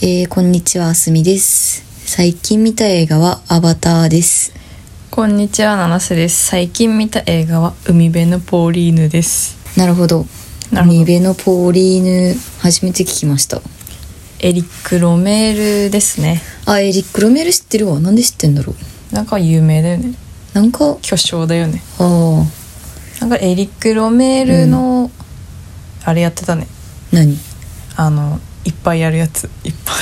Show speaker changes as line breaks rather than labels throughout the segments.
えーこんにちは、あすみです。最近見た映画はアバターです。
こんにちは七瀬です最近見た映画は海辺のポーリーヌです
なるほど。
なるほど
海辺のポーリーヌ、初めて聞きました。
エリック・ロメールですね
あ、エリック・ロメール知ってるわ。なんで知ってんだろう。
なんか有名だよね
なんか、
巨匠だよね
ああ、
なんかエリック・ロメールの、あれやってたね
何
あのいっぱいやるやついっ ぱい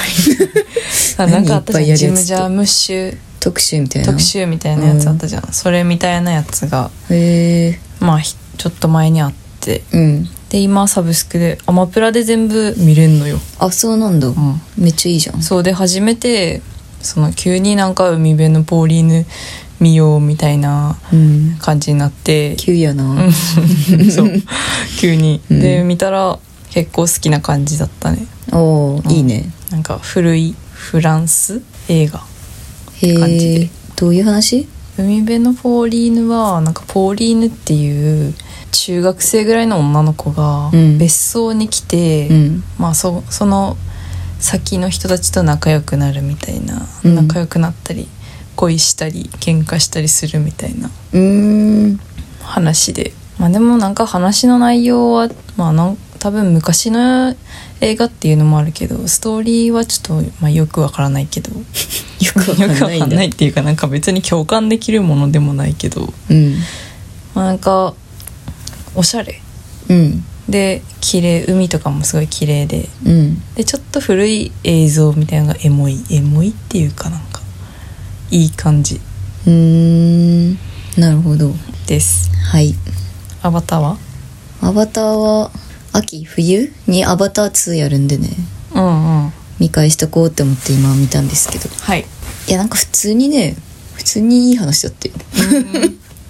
あなんかあった
何いっぱい
じゃ
や
ん
る
ジ
やつって
ム・ジャームッシュ
特集みたいな。
特。集みたいなやつあったじゃん、それみたいなやつが
へえ
まあひちょっと前にあって
うん。
で今サブスクでアマプラで全部見れんのよ、
あ、そうなんだ。
うん、
めっちゃいいじゃん。
そうで初めてその急になんか海辺のポーリーヌ見ようみたいな
うん。
感じになって
急やな。
うんそう急に、
うん
で見たら結構好きな感じだったね
おお、
うん
いいね。
なんか古いフランス映画感じ
へえ
で。
どういう話
海辺のポーリーヌはなんかポーリーヌっていう中学生ぐらいの女の子が
うん
別荘に来て、
うん。
まあそその先の人たちと仲良くなるみたいな、
うん
仲良くなったり恋したり喧嘩したりするみたいな
うーん。
話でまあでもなんか話の内容はまあなん多分昔の映画っていうのもあるけどストーリーはちょっと、まあ、よくわからないけどよ
よくわかん
くわ
ない
か
ん
ん
だ。
ないっていうかなんか別に共感できるものでもないけど、
うん。
まあ、なんかおしゃれ
うん。
で綺麗海とかもすごい綺麗で
うん。
でちょっと古い映像みたいなのがエモいエモいっていうかなんかいい感じ
うーんなるほど
です
はい
アバターは
アバターは秋冬にアバター2やるんでね
うんうん
見返しとこうって思って今見たんですけど
はい
いやなんか普通にね普通にいい話だったよ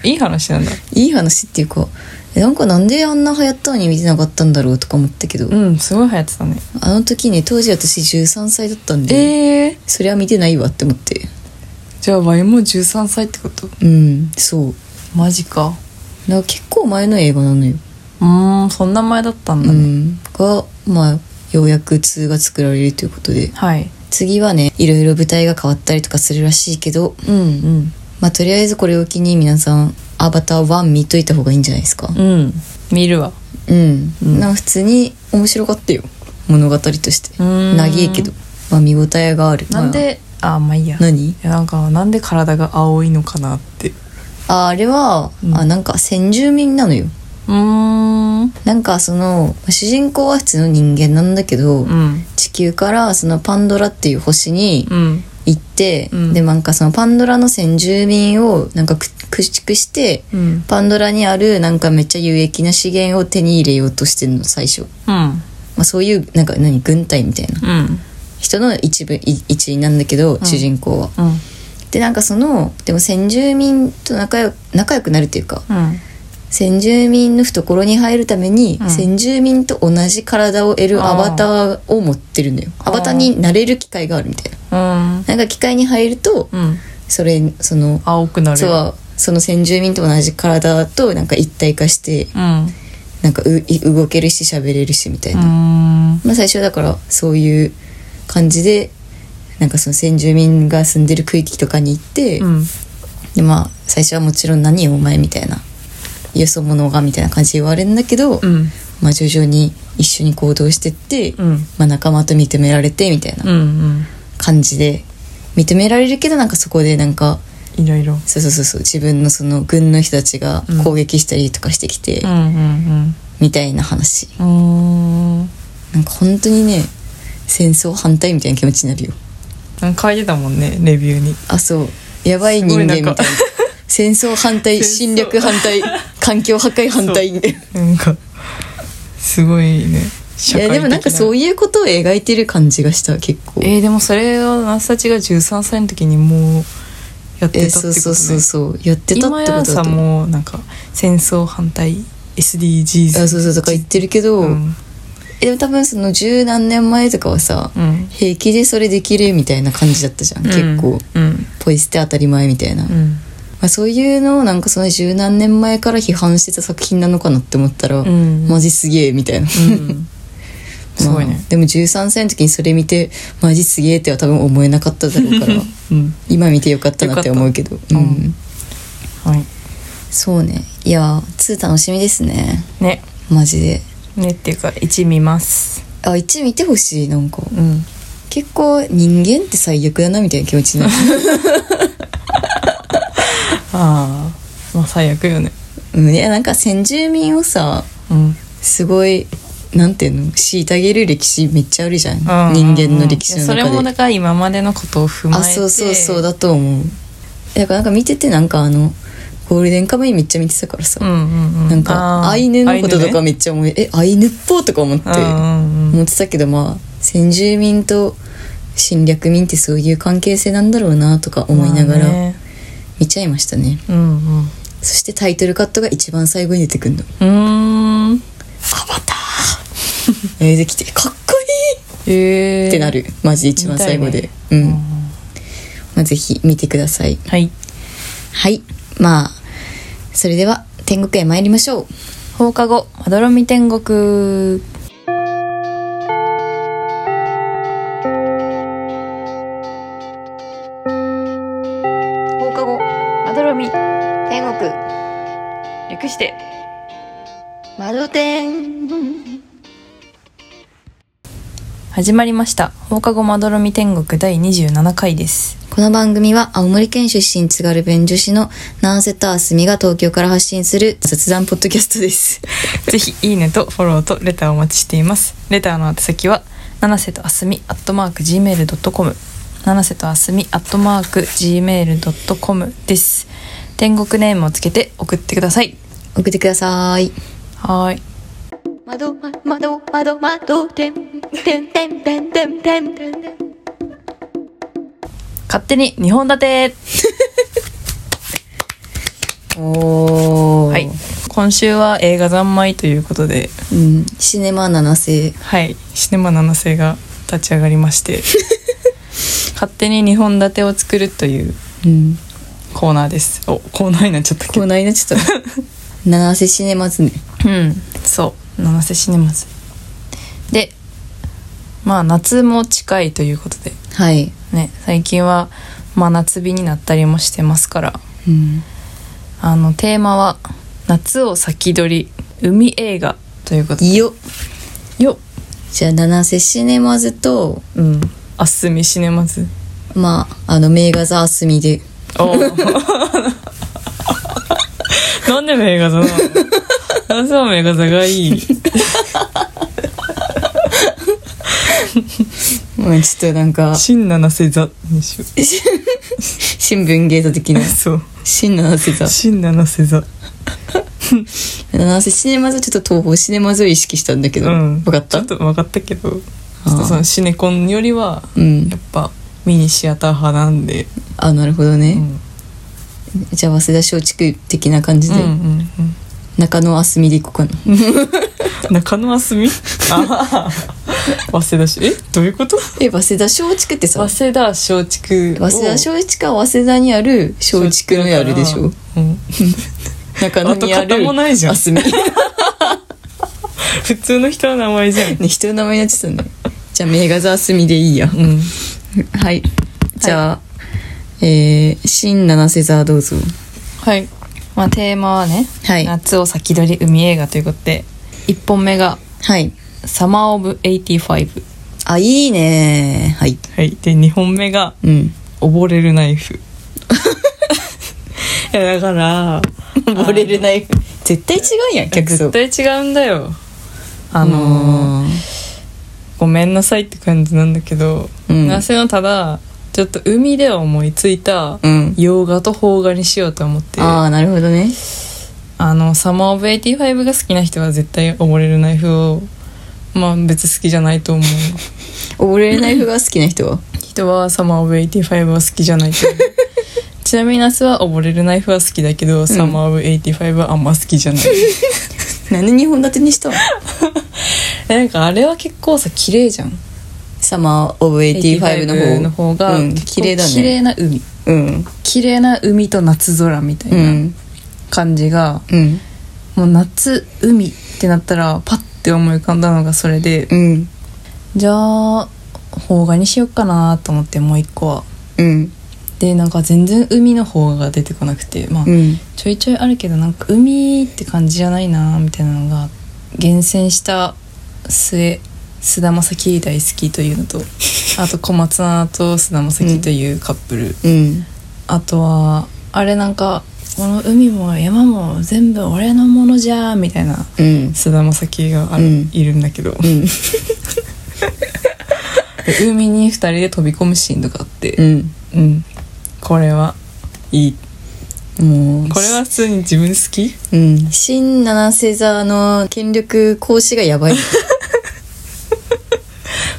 いい話なんだ
いい話っていうかえなんかなんであんな流行ったのに見てなかったんだろうとか思ったけど、
うんすごい流行ってたね
あの時ね当時私13歳だったんで、
ええ
そりゃ見てないわって思って
じゃあワイも13歳ってこと
うんそう
マジか
なんか結構前の映画なのよ、
うーんそんな前だったんだ
う
ね、
んがまあようやく2が作られるということで
はい
次はねいろいろ舞台が変わったりとかするらしいけど
うん
まあとりあえずこれを機に皆さん「アバター1」見といた方がいいんじゃないですか
うんうん見るわ
うん、
うん
なんか普通に面白かったよ物語として
うーん
長いけど、まあ、見応えがある
なんであまあいいや
まあ何
いやなんかなんで体が青いのかなって
ああれは、
うん
あなんか先住民なのよ
うーんうん
なんかそのまあ主人公は普通の人間なんだけど、地球からそのパンドラっていう星に
うん
行って、
うん
でなんかそのパンドラの先住民をなんかく駆逐して、
うん
パンドラにあるなんかめっちゃ有益な資源を手に入れようとしてるの最初、
うん
まあ、そういうなんか何軍隊みたいな
うん
人の一部い一員なんだけど、
ん
主人公は
うん
でなんかそのでも先住民と仲良仲良くなるっていうか
うん
先住民の懐に入るために、
うん
先住民と同じ体を得るアバターを持ってるのよ
あー
アバターになれる機会があるみたいな
うん
なんか機械に入ると、
うん
それその
青くなる
そうその先住民と同じ体となんか一体化して
うんう
なんかうい動けるし喋れるしみたい
ー
な、
ん
まあ、最初だからそういう感じでなんかその先住民が住んでる区域とかに行って、
うん
でまあ最初はもちろん「何よお前」みたいな「よそ者が」みたいな感じで言われるんだけど、
うん
まあ、徐々に一緒に行動してって、
うん
まあ、仲間と認められてみたいな
うん
感じで認められるけどなんかそこでなんか
うんいろいろ
そうそうそうそう自分のその軍の人たちが攻撃したりとかしてきて、
うんうん
みたいな話
うんうーん
なんか本当にね戦争反対みたいな気持ちになるよ
なんか書いてたもんねレビューに
あそうやばい人間みたいな
すご
い
なんか
戦争反対侵
戦争
略反 対環境破壊反対い
なんかすごいね社
や
会的
でもなんかそう
いう
いうことを描いてる感じがした結構
えー、でもそれをナスたちが13歳の時にもうやってたってことね、
えそうそうそうそうやってた
今
ってこ
や
とだ
さ
と思う
もうなんか戦争反対 SDGs
あそうそうとか言ってるけど、
うん
えでも多分その十何年前とかはさ、
うん
平気でそれできるみたいな感じだったじゃん、結構
うん
ポイ捨て当たり前みたいな、
う
ま
ん
あ、そういうのをなんかその十何年前から批判してた作品なのかなって思ったら、
うん
マジすげえみたいな、
うんすごいね
まあでも13歳の時にそれ見てマジすげえっては多分思えなかっただろうから、うん、今見てよかったなって思うけど、う
たうん
ん、
はい
そうねいやー2楽しみですね
ね
マジで
ねっていうか1見ます
あ1見てほしいなんか
うん
結構人間って最悪だなみたいな気持ちになる、
ああまあ最悪よね
うん、いやなんか先住民をさ
うん
すごいなんていうの虐げる歴史めっちゃあるじゃん、
うん
人間の歴史の中で
それもだから今までのことを踏まえ
あ
て
そうそうそうだと思うだからなんか見ててなんかあのゴールデンカムイめっちゃ見てたからさ、
うんうんうん
なんかアイヌのこととか
見
めっちゃ思い、えアイヌっぽとか思って
うんうんうん
思ってたけどまあ先住民と侵略民ってそういう関係性なんだろうなとか思いなが
まあ
ら
ね
見ちゃいましたね
うんうん
そしてタイトルカットが一番最後に出てくるの
うーん
アバ ター出てきてかっこいい
えー、
ってなるマジ一番最後で、うん、まあ、ぜひ見てください
はい
はいまあそれでは天国へ参りましょう
放課後まどろみ天国放課後まどろみ
天国
略して
窓天
始まりました放課後まどろみ天国第27回です
この番組は青森県出身津軽弁女子のナンセタースミが東京から発信する雑談ポッドキャストです。
ぜひいいねとフォローとレターをお待ちしています。レターの宛先は七瀬とあすみアットマーク gmail ドットコム、七瀬とあすみアットマーク gmail ドットコムです。天国ネームをつけて送ってください。
送ってください。
はーい。
窓ま窓窓窓てんてんてんてんてんてんてんてん
勝手に二本立て。
おー
はい。今週は映画三昧ということで、
うん。シネマ七世。
はい。シネマ七瀬が立ち上がりまして、勝手に二本立てを作るという
うん。
コーナーです。お、コーナーになっちゃったけ
こ
ど
う。ないな、ちょっと。 七瀬シネマズね。
うんそう七瀬シネマズでまあ夏も近いということで
はい。
ね最近は真夏日になったりもしてますから
うん。
あのテーマは「夏を先取り海映画」ということで
いいよ。
よ
じゃあ、七瀬シネマズと、
っうんあすみシネマズ
まあ、あの、名画ザースミで。
おー なんで名画座なのなぜは名画座がいい
うん、ちょっとなんか、
新七瀬座にしよ
新聞芸座的な
う。そう
新七瀬座。
新七瀬座
七瀬シネマズはちょっと東方シネマズを意識したんだけど。
う
わ
ん
かっ
ち
た
ょっと分かったけどちょ
あー
っとそのシネコンよりは
うん
や。っぱミニシアター派なんで、
あなるほど
う
ね、
ん、
じゃあ早稲田松竹的な感じ
うん
で、
うん
中野あすみでいこうかな、
うん中野あすみあー早稲田市えどういうこと
え早稲田松竹ってさ
早稲田松竹
早稲田
を
松竹は早稲田にある松竹のやるでしょ
うん、
中野にあ
あと
る
片もないじゃん
あすみね
普通の人の名前 じゃん、
人の名前になってたねじゃあ名画座あすみでいいや
うん、
はいじゃあ、えー、新七瀬座どうぞ
はいまあテーマはね、
はい
夏を先取り海映画ということで1本目が
はい
「サマー・オブ・85
あいいねはい」
はいで2本目が「
うん
溺れるナイフ いやだから
溺れるナイフ絶対違うやん客層
絶対違うんだよあのーごめんなさいって感じなんだけど、
うん
なせのただちょっと海では思いついた
うん
洋画と邦画にしようと思って、
あ
あ
あなるほどね
のサマーオブ85が好きな人は絶対溺れるナイフをまあ別に好きじゃないと思う
溺れるナイフが好きな 人は
人はサマーオブ85は好きじゃないと 思うちなみにナスは溺れるナイフは好きだけど、サマーオブ85はあんま好きじゃ ない
なんで2本立てにした の
えなんかあれは結構さ綺麗じゃん
サマー・オブ・85の方
の方が、
うん、
結構
綺麗だ
綺麗
ね
な海
うん
綺麗な海と夏空みた
う
いなん感じが、
うん
もう夏海ってなったらパッて思い浮かんだのがそれで、
うん
じゃあ邦画にしよっかなと思ってもう一個は
うん
でなんか全然海の方が出てこなくてまあ、
うん
ちょいちょいあるけどなんか海って感じじゃないなみたいなのが厳選した末菅田将暉大好きというの とあと小松菜と菅田将暉というカップル、
うん
あとはあれなんかこの海も山も全部俺のものじゃーみたいな
うん
菅田将暉がある、
うん
いるんだけど、
うん
で 海に2人で飛び込むシーンとかあって
うん
うん、これはいい
もう
これは普通に自分好き
うん新七瀬座の権力行使がやばい、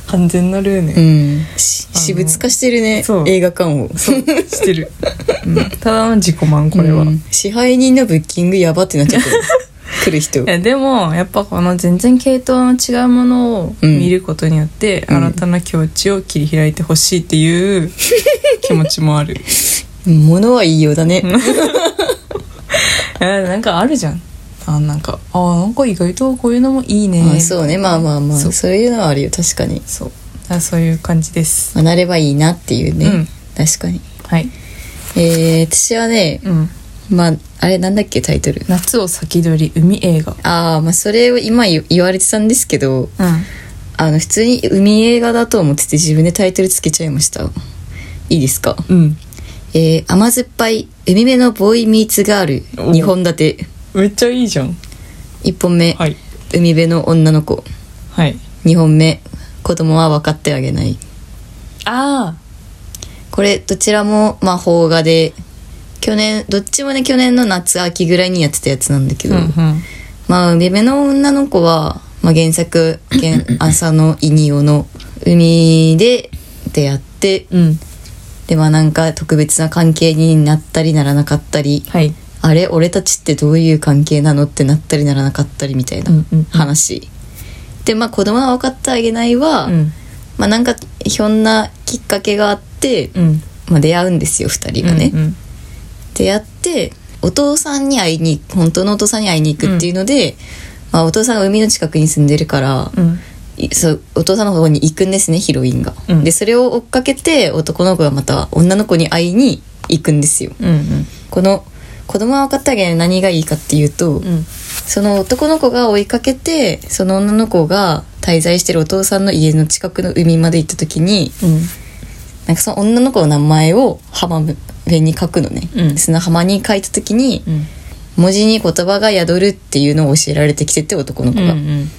完全なルー
う
ネ、
ん、し私物化してるね
そう
映画館を
そうしてる、うんただの自己満これは、
う
い
ん支配人のブッキングやばってなっちゃってる来る人
やでもやっぱこの全然系統の違うものを
うん
見ることによって、
うん
新たな境地を切り開いてほしいっていう 気持ちもある
物はいいようだね
えーなんかあるじゃんあなんかあーなんか意外とこういうのもいいね
あそうねまあまあまあ
そ
そうういうのはあるよ確かに
そうあそういう感じです
学ればいいなっていうね、
うん
確かに
はい、
えー、私はね
うん、
まああれなんだっけタイトル
夏を先取り海映画
ああまあそれを今言言われてたんですけど
う
あの普通に海映画だと思ってて自分でタイトルつけちゃいましたいいですか
んうん
えー、甘酸っぱい海辺のボーイミーツガール
お
2本立て
めっちゃいいじゃん
1本目、
はい
海辺の女の子
はい
2本目子供は分かってあげない
あ
これどちらもまあ邦画で去年どっちもね去年の夏秋ぐらいにやってたやつなんだけ
うん
ど、
うん
まあ「海辺の女の子は」まあ、原作 原浅野いにおの海で出会って
うん
でまあなんか特別な関係になったりならなかったり
はい
あれ俺たちってどういう関係なのってなったりならなかったりみたいな
うんうんうん
話、でまあ子供は分かってあげないは、
うん
まあなんかひょんなきっかけがあって、
うん
まあ、出会うんですよ2人がね、
うん
出会ってお父さんに会いに本当のお父さんに会いに行くっていうので、まあ、お父さんが海の近くに住んでるから、
うん
いそうお父さんの方に行くんですねヒロインが、
うん
でそれを追っかけて男の子がまた女の子に会いに行くんですよ
うんうん
この子供は分かったけど何がいいかっていうと、
うん
その男の子が追いかけてその女の子が滞在してるお父さんの家の近くの海まで行った時に
うん
なんかその女の子の名前を浜辺に書くのね、
うん
砂浜に書いた時に
うん
文字に言葉が宿るっていうのを教えられてきてて男の子
う
が、で
ん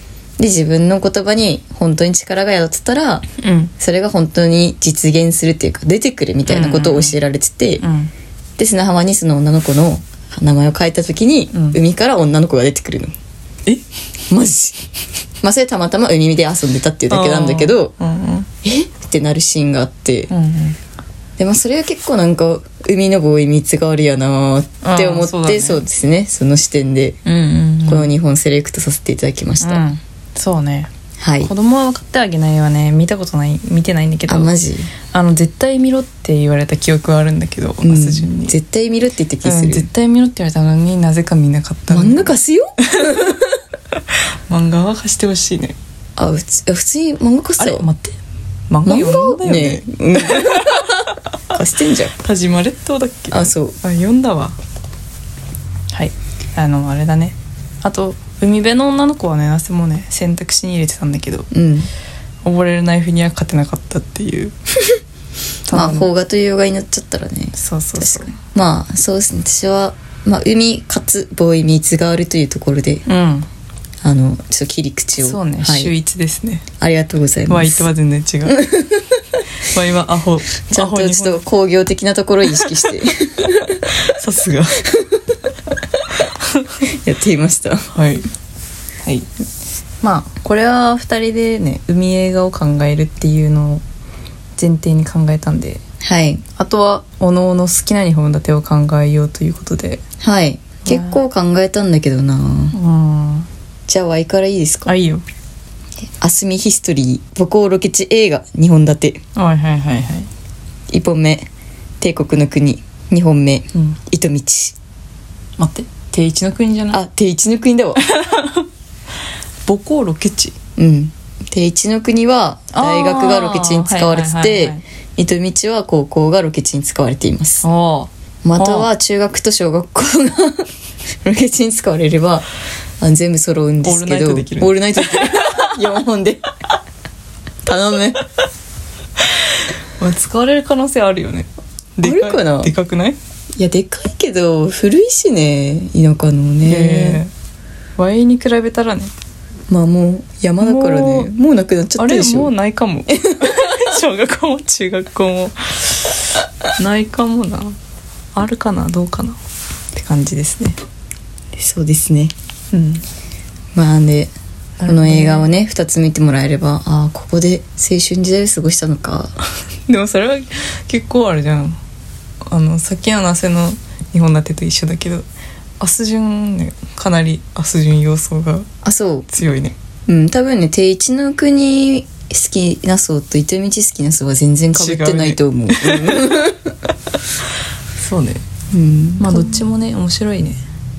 自分の言葉に本当に力が宿ってたら
うん
それが本当に実現するっていうか出てくるみたいなことを教えられてて、
うん
で砂浜にその女の子の名前を書いた時に、
うん
海から女の子が出てくるの
え
マジ まあそれたまたま海で遊んでたっていうだけなんだけど
うんうん
えってなるシーンがあって、
うんうん
でもそれは結構なんか海のボーイ蜜があるやなーって思って
あーそ
そうう,、
だね
ですねその視点で
うんうん
この2本セレクトさせていただきました、
うんそうね
はい
子供は分かってあげないはね見たことない見てないんだけど
あマジ、
あの絶対見ろって言われた記憶はあるんだけど、
うん
明日順に
絶対見るって言って気す
うん
る、
絶対見ろって言われたのになぜか見なかった
漫画貸す よ
漫画は貸してほしいね
あ普通あ普通に漫画貸
あ
す
れ
よ
待って漫画
漫
読ん
画
だよね
ね うん貸してんじゃん
田島列島だっけ
あそう
読んだわはいあのあれだねあと海辺の女の子はねなせもね選択肢に入れてたんだけど
うん
溺れるナイフには勝てなかったっていう
まあ
ただの
邦画と洋画になっちゃったらね
そうそうそう
確かにまあそうですね私は、まあ、海かつボーイ蜜があるというところで
うん
あのちょっと切り口を
そうね、
は
秀
い、
逸ですね
ありがとうござい
ワ
ま
イト
す
は全然違 うワイはアホ
ちゃ
ア
ん
ホ
と
に
ちょっと工業的なところを意識して
さすが
やっていました
はいはいまあこれは2人でね海映画を考えるっていうのを前提に考えたんで
はい
あとはおのおの好きな2本立てを考えようということで
はい結構考えたんだけどな
うん
じゃあ Y からいいですか
あいいよ
「あすみヒストリー母校ロケ地映画2本立て
はいはいはいはい」
1本目「帝国の国」2本目
うん
「糸道
待って定 一の国じゃ」ない
あ定一の国だわ
母校ロケ地
うんで一の国は大学がロケ地に使われて
あーはいはいはいは
て糸道は高校がロケ地に使われています
おー
または中学と小学校が ロケ地に使われればあ全部揃うんですけど
オールナイトできる
オールナイトできる4本で頼む
まあ使われる可能性あるよねで
あるかな
でかくない
いやでかいけど古いしね田舎の
え
ね
えワインに比べたらね
まあもう山だからね
もう
もうなくなっちゃ
あ
った
れ
でし
もう
ょ
ないか も小学校も中学校もないかもなあるかなどうかなって感じですね
そうですね
うん
まあね
な
こ
るほどね
の映画をね2つ見てもらえればああここで青春時代を過ごしたのか
でもそれは結構あれじゃんあのさっきの那瀬の日本立てと一緒だけど明日順ねかなり明日順要素が
あそ
強いね
ううん多分ね定一の国好きな層と糸道好きな層は全然かぶってないと思う
そうね
うん、
まあどっちもね面白いね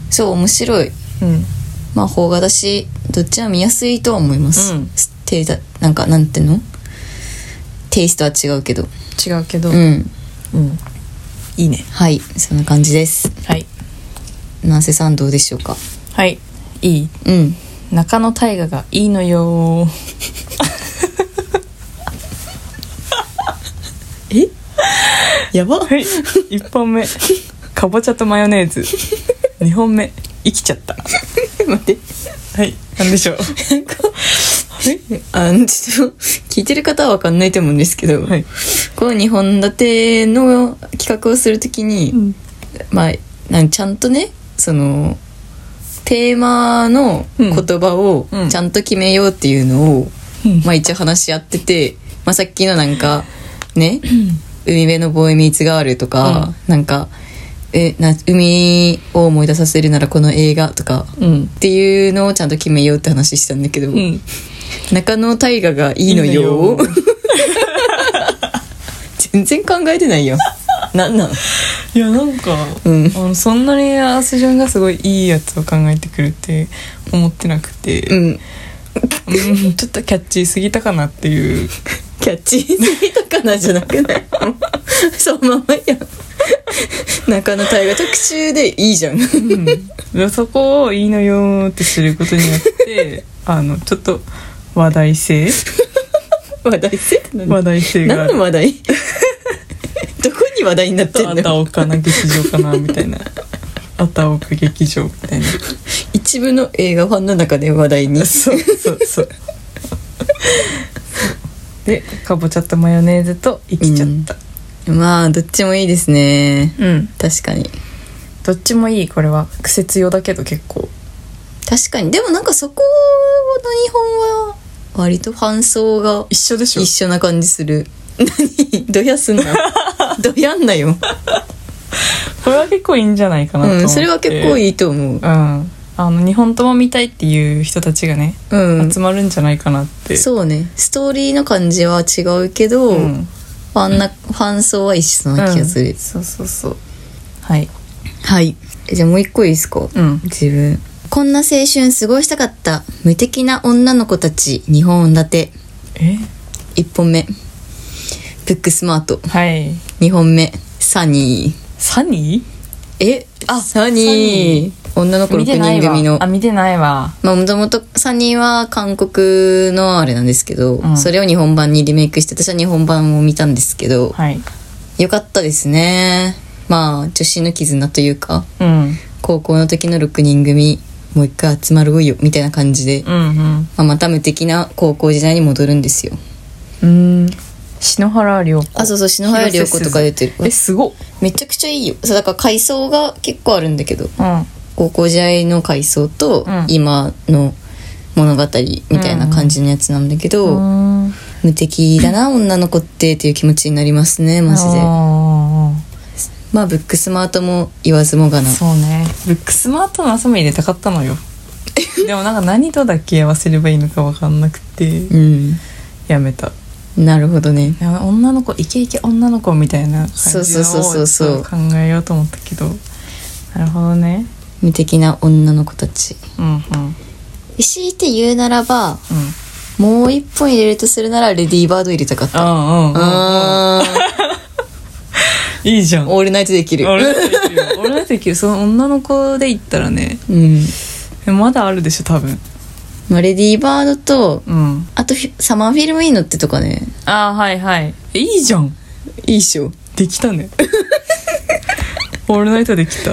そう面白い
うん
まあ邦画だしどっちも見やすいとは思います、
うん
てだなんかなんていうのテイストは違うけど
違うけど
うん
うんいいね
はいそんな感じです
はい
南瀬さんどうでしょうか
はいいい
うん
中野大河がいいのよ
えやば
はい1本目かぼちゃとマヨネーズ2本目生きちゃった
待って
はいなんでしょう
あのちょっと聞いてる方は分かんないと思うんですけど、
はい
この2本立ての企画をするときに、
うん
まあなんちゃんとねそのテーマの言葉を
うんうん
ちゃんと決めようっていうのを、
うん
まあ一応話し合ってて、まあ、さっきのなんかね海辺のボーイミーツガールとか、
うん
なんかえな海を思い出させるならこの映画とか
うん
っていうのをちゃんと決めようって話したんだけど、
うん
中野大河がいいのよ
いいのよ
全然考えてないよなんなん
いやなんか、
うん
あのそんなにアースジョンがすごいいいやつを考えてくるって思ってなくて、
うん
うんちょっとキャッチーすぎたかなっていう
キャッチーすぎたかなじゃなくない そのままや中野大河特集でいい じゃん
でそこを「いいのよ」ってすることによってあのちょっと話題性
話題性って何
話題性があ
何
る
の話題 どこに話題になって
あ
ん
た
の
おかな劇場かなみたいなあたおか劇場みたいな
一部の映画ファンの中で話題に
そうそうそう でかぼちゃとマヨネーズと生きちゃった
まあどっちもいいですね
うん
確かに
どっちもいいこれは苦節用だけど結構
確かにでもなんかそこの日本は割と反送が
一緒でしょ
一緒な感じする何どや すんなどやんなよ
これは結構いいんじゃないかなと思っ
う
て、
んそれは結構
い
いいと思う
うんあの日本とも見たいっていう人たちがね、
うん
集まるんじゃないかなって
そうねストーリーの感じは違うけど、
う
フ
ん
ァンな ファン層は一緒な気がする、
うんそうそうそうはい
はいじゃあもう一個いいですか、
うん
自分こんな青春過ごしたかった無敵な女の子たち日本立て
え
1本目ブックスマート
はい
2本目サニー
サニ
え
あ
サ
サニ
ニー女の
ー
子6人組の
あ見てないわ
まあもともとサニーは韓国のあれなんですけど、
うん
それを日本版にリメイクして私は日本版を見たんですけど、
はい
よかったですねまあ女子の絆というか
うん
高校の時の6人組もう一回集まろうよみたいな感じで、ま
うん
あ、また無敵な高校時代に戻るんですよ
うんうん篠原涼子
あそうそう篠原涼子とか出てる
えすごっ
めちゃくちゃいいよそうだから階層が結構あるんだけど
うん
高校時代の回想と
うん
今の物語みたいな感じのやつなんだけど、
うん
無敵だな女の子ってっていう気持ちになりますねマジで
あ
まあブックスマートも言わずもが
ー
な
そうねブックスマートの朝も入れたかったのよでもなんか何とだけ合わせればいいのか分かんなくて
うん
やめた
なるほどね
いや女の子イケイケ女の子みたいな
そ
感
う
じ
そう
のを
そうそうそう
ちょっと考えようと思ったけどなるほどね
無敵な女の子たち
うんうんうん
強いて言うならばもう一本入れるとするならレディーバード入れたかった
うんうんうんうん
あ
いいじゃ
ー
ん
オールナイトできる
俺だってできるよ俺だってできるその女の子で言ったらね
うん、
まだあるでしょ多分
まあ、レディーバードと
うん
あとフィサマーフィルムインのってとかね
ああはいはいえいいじゃん
いいっしょ
できたね オールナイトできた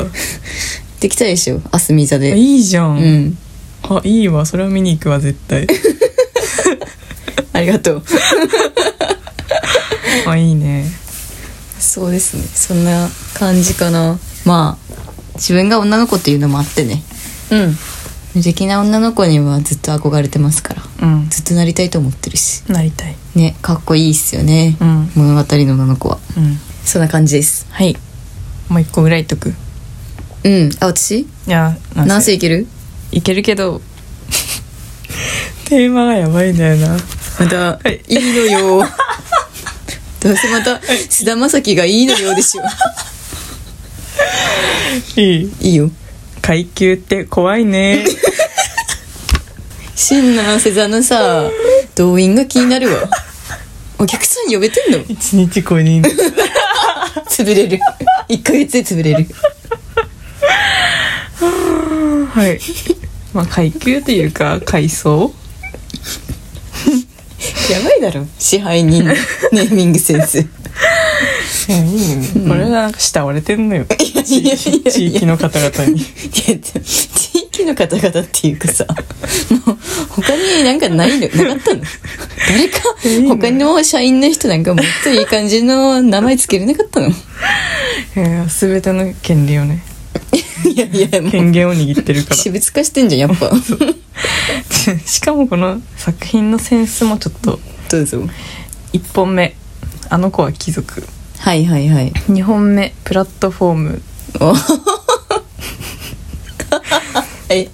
できたでしょアスミ座で
いいじゃん、
うん
あいいわそれは見に行くわ絶 対
ありがとう
あいいね
そうですねそんな感じかなまあ自分が女の子っていうのもあってね
うん
無敵な女の子にはずっと憧れてますから
うん
ずっとなりたいと思ってるし
なりたい
ねかっこいいっすよね、
うん
物語の女の子は
うん
そんな感じです
はいもう一個ぐらい言っとく
うんあ私
いやなん
何せいける
いけるけどテーマがやばいんだよな
また、
はい
い、いの よどうせまた菅田将暉がいいのよでし ょ
いい
いいよ
階級って怖い ね
新の瀬座のさ 動員が気になるわお客さん呼べてんの
一日5人
潰れ る1ヶ月で潰れる
はいまあ階級というか階層
やばいだろ支配人のネーミングセンス い
いやいいねこれがなんか慕われてんのよ
やいやいや
地
いや
域の方々に
いや地域の方々っていうかさもう他になんかないのなかったの誰か
いいね
他の社員の人なんかもっといい感じの名前つけれなかったのい
いや全ての権利をね
やいやも
権
う
限を握ってる か
私物化してんじゃんやっぱ
らしかもこの作品のセンスもちょっと
どうぞ
1本目あの子は貴族
はいはいはい
2本目プラットフォーム
おえ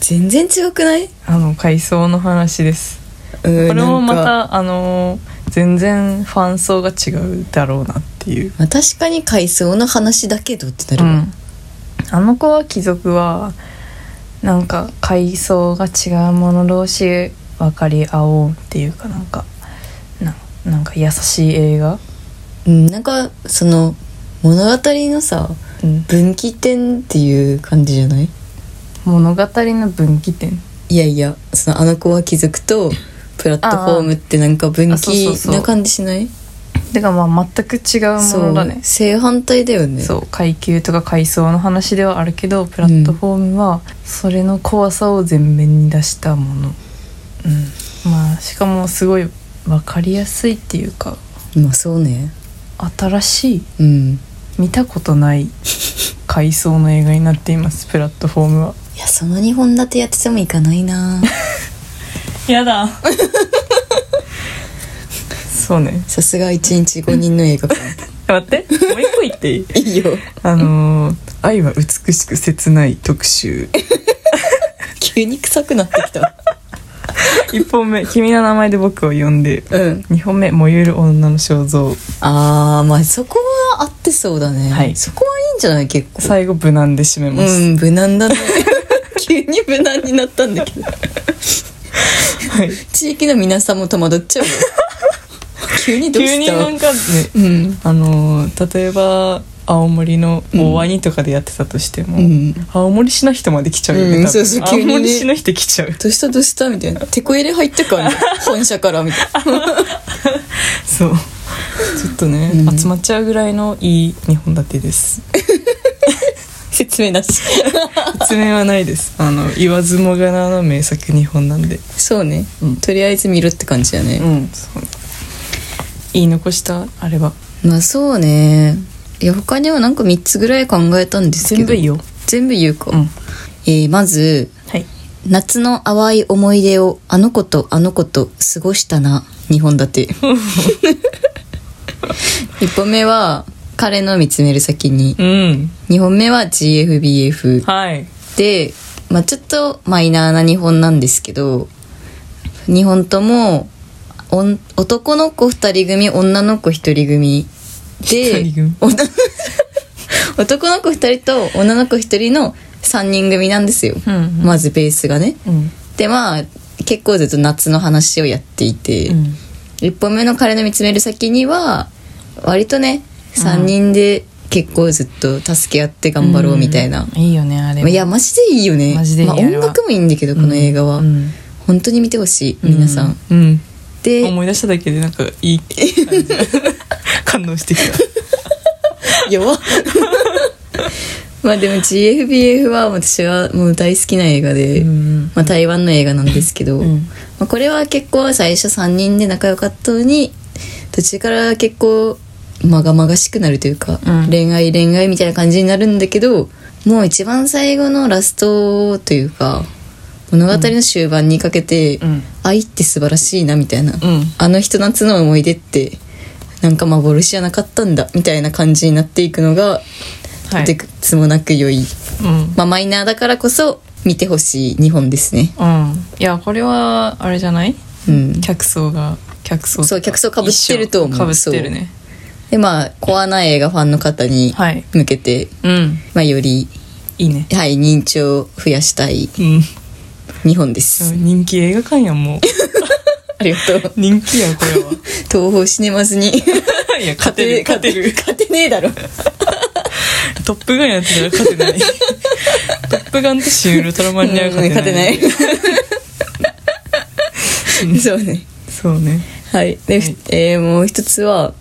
全然違くない
あの階層の話です
これ
これもまたあのー全然ファン層が違うだろうなっていう、
まあ、確かに階層の話だけどってなるわ、
うんあの子は貴族はなんか階層が違う者同士分かり合おうっていうかなんかななんか優しい映画、
うんなんかその物語のさ
うん、
分岐点っていう感じじゃない
物語の分岐点
いやいやそのあの子は貴族とプラットフォームってなんか分
あそうそう
岐
そう
な感じしない
てかまあ全く違うものだね
正反対だよね
そう階級とか階層の話ではあるけどプラットフォームはそれの怖さを前面に出したもの、うん、まあしかもすごい分かりやすいっていうか
まあそうね
新しい
うんい
見たことない階層の映画になっていますプラットフォームは
やその2本立てやっててもいかないな
やだそうね
さすが1日5人の映画館
待ってもう一個言っていい
いいよ
あのー愛は美しく切ない」特集
急に臭くなってきた
1本目「君の名前で僕を呼んで」
うん
2本目「燃ゆる女の肖像
あーまあそこは合ってそうだね、
はい
そこはいいんじゃない結」構
最後無難で締めます、
うん無難 だね急に無難になったんだけど
はい、
地域の皆さんも戸惑っ ちゃうよ急にどう
急
し
に
た
なんかね
うん
あのー例えば青森の大ワニとかでやってたとしても、
うん
青森市の人まで来ちゃうよね、
うん
多分
そうそう急にね
青森市の人来ちゃう
どうしたどうしたみたいなテこ入れ入ったから、 ね、本社からみたいな
そうちょっとね、
うん
集まっちゃうぐらいのいい2本立 てです
説明なし
説明はないですあの言わずもがなの名作2本なんで
そうね、
うん
とりあえず見ろって感じだね、
んそう言い残したあれば
まあそうねいや他にはなんか3つぐらい考えたんですけど
全部いいよ
全部言うか、
うん
えーまず
はい
夏の淡い思い出をあの子とあの子と過ごしたな2本 立て1本目は彼の見つめる先に
うん
2本目は GFBF
はい
で、まあ、ちょっとマイナーな2本なんですけど2本ともおん男の子2人組女の子1人組で
一人組
お 男の子2人と女の子1人の3人組なんですよ、
うんうん
まずベースがね。
うん
でまあ結構ずっと夏の話をやっていて、
うん
一1本目の彼の見つめる先には割とね3人で結構ずっと助け合って頑張ろうみたいな、
うんいいよねあれ
いやマジでいいよね
マジでいい
まあ、
あれ
音
は
楽もいいんだけどこの映画は、
うん
本当に見てほしい皆さん、
うん、
で
思い出しただけでなんかいい感じ 感動してきた
弱まあでも GFBF は私はもう大好きな映画で、
うん
まあ、台湾の映画なんですけど、
うん
まあ、これは結構最初3人で仲良かったのに途中から結構まがまがしくなるというか、
うん
恋愛恋愛みたいな感じになるんだけどもう一番最後のラストというか物語の終盤にかけて、
うん
愛って素晴らしいなみたいな、
ん
あのひと夏の思い出ってなんか幻じゃなかったんだみたいな感じになっていくのが、
はい
とてつもなく良い、
うん、
まあ、マイナーだからこそ見てほしい日本ですね
うん、いやこれはあれじゃない
うん
客層が客層
そう客層被ってると思う
かぶってるね
でまあコアな映画ファンの方に
はい
向けて、
うん
まあ、より、
いいね
はい、認知を増やしたい
うん
日本です、
人気映画館やん もう
ありがとう
人気やこれは
東宝シネマズに
いや 勝
勝
て
て
る勝
勝
て
て
る
勝てねえだろ
トップガンやってたら勝て ないトップガンとシン・ウルトラマンには勝てない
うん勝てない そうね
そうね
はいで、
はい
えーもう一つは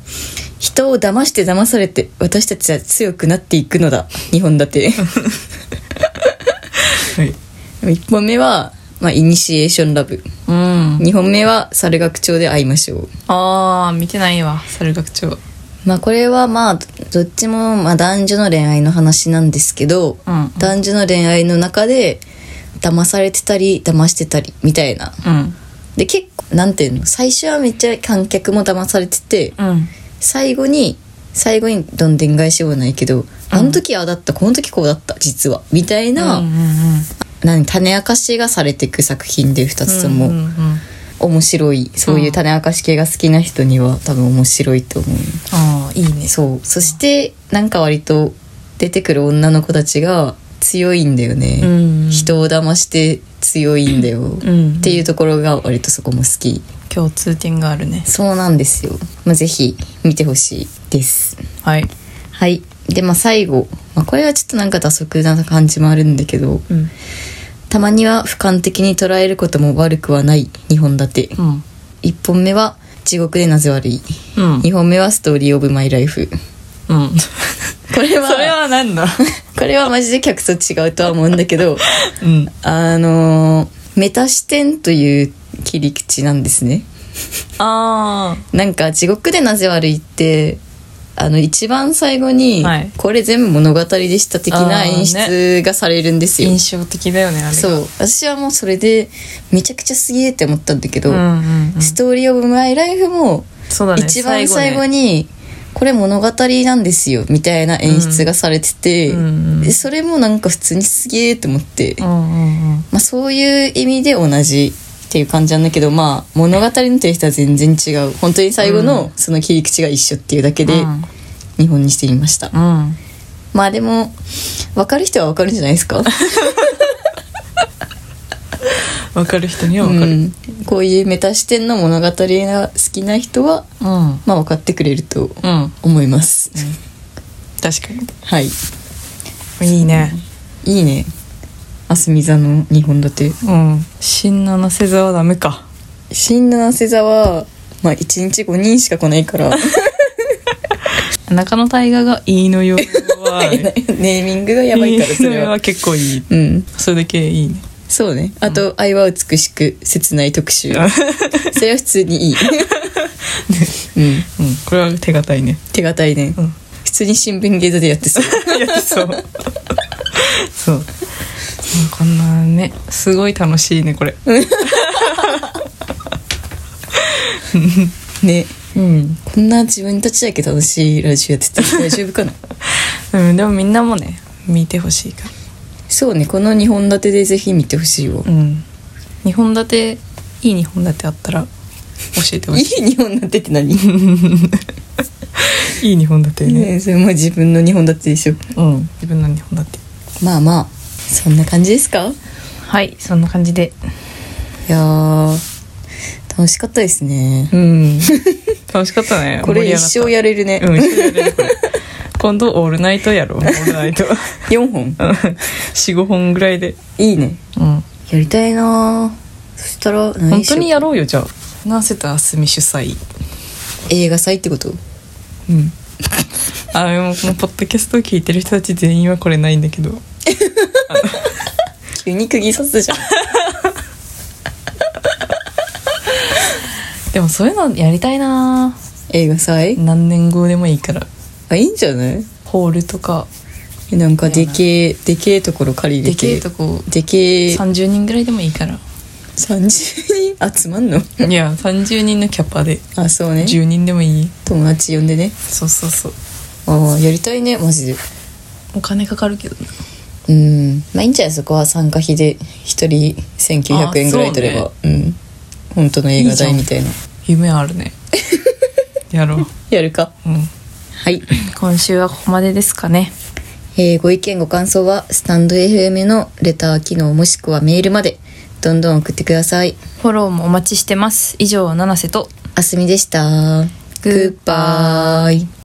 人を騙して騙されて私たちは強くなっていくのだ日本立 て
はい
一本目は、まあ、イニシエーションラブ
うん
二本目は猿楽町で会いましょう
あー見てないわ猿学長
まあこれはまあどどっちもまあ男女の恋愛の話なんですけど、
うん
男女の恋愛の中で騙されてたり騙してたりみたいな
うん
で結構なんていうの最初はめっちゃ観客も騙されてて、
うん
最後に最後にどんでん返しはないけどあの時ああだったこの時こうだった実はみたいな、
うんうん
何種明かしがされていく作品で2つとも、
うんうんうん
面白いそういう種明かし系が好きな人には多分面白いと思う、
ああいいね
そうそしてなんか割と出てくる女の子たちが強いんだよね、
うん
人を騙して強いんだよ、
ん
っていうところが割とそこも好き
共通点があるね
そうなんですよ、まあ、ぜひ見てほしいです
はい
はいでまあ最後、まあ、これはちょっとなんか打足な感じもあるんだけど
うん
たまには俯瞰的に捉えることも悪くはない2本立て
うん
1本目は「地獄でなぜ悪い」
うん
2本目は「ストーリー・オブ・マイ・ライフ」
うん
これは
それはなんだ
これはマジで客と違うとは思 うんだけ ど
うん
あのーメタ視点という切り口なんですね
あ
なんか「地獄でなぜ悪い」ってあの一番最後に、
はい
これ全部物語でした的な演
あー
出がされるんです
ー
よ、
印象的だよねあれが
そう私はもうそれでめちゃくちゃすげえって思ったんだけど、
うんうんうん
ストーリー・オブ・マイ・ライフも
そうだね
一番最
ね
後にこれ物語なんですよみたいな演出がされてて、
うんうん
でそれもなんか普通にすげえって思って、
う
ま
んうんうん
あ、そういう意味で同じっていう感じなんだけどまあ物語のテイストは全然違う本当に最後のその切り口が一緒っていうだけで
うん
日本にしてみました、
うん
まあでも分かる人は分かるんじゃないですか
わかる人にはわか
う
る
ん、こういうメタ視点の物語が好きな人は、
うんうん
まあ、分かってくれると思います、
確か
はい
にいいね
いいねあすみ座の2本立て
うん新七瀬座はダメか
新七瀬座はまあ1日5人しか来ないから
中野大河がいいのよ は
ネーミングがやばいからそ
い
れ
いのよ
は
は結構いい
うん
それだけいいね
そうねあと「愛は美しく切ない特集」 それは普通にい いうん
うんこれは手堅いね
手堅いね、
うん
普通に新聞芸座でやってそう
いやそうそううんこんなねすごい楽しいねこれ
ね
うん、
こんな自分たちだけ楽しいラジオやってて大丈夫かな
うん、でもみんなもね見てほしいか
そうねこの2本立てでぜひ見てほしいわ
らうん2本立ていい2本立てあったら教えてほ
いい
し
2本立てって何、
いいい2本立てね
ね、それも自分の2本立てでしょ
うん自分の2本立て
まあまあそんな感じですか
はいそんな感じで
いやー楽しかったですね
うん。楽しかったね。
これ一生やれるね、
盛り上がった。うん、一生やれるこれ。今度オールナイトやろう。オールナイト。
4本
四五本ぐらいで。
いいね
うん。
やりたいなーそしたら
本
何し
当
よう
にやろうよじゃあ。ナセとアスミ主催。
映画祭ってこと
うん。 あでもこのポッドキャストを聞いてる人たち全員はこれないんだけど。
急に釘刺すじゃん
でもそういうのやりたいな。
映画祭
何年後でもいいから。
あいいんじゃない
ホールとか
えなんかでけえでけえところ借り
で
れ
け
て
えとこ
でけえ
30人ぐらいでもいいから。
30人集まんの
いや30人のキャパで
あそうね
10人でもいい。
友達呼んでね
そうそうそう。
ああやりたいねマジで
お金かかるけどな。
うんまあいいんじゃないそこは参加費で一人1900円ぐらい取れば
あ
う,、ん本当の映画代みたいな
夢あるね やろう、
やるか
うん、
はい、
今週はここまでですかね
えーご意見ご感想はスタンド FM のレター機能もしくはメールまでどんどん送ってください
フォローもお待ちしてます以上七瀬と
あすみでしたグッバイ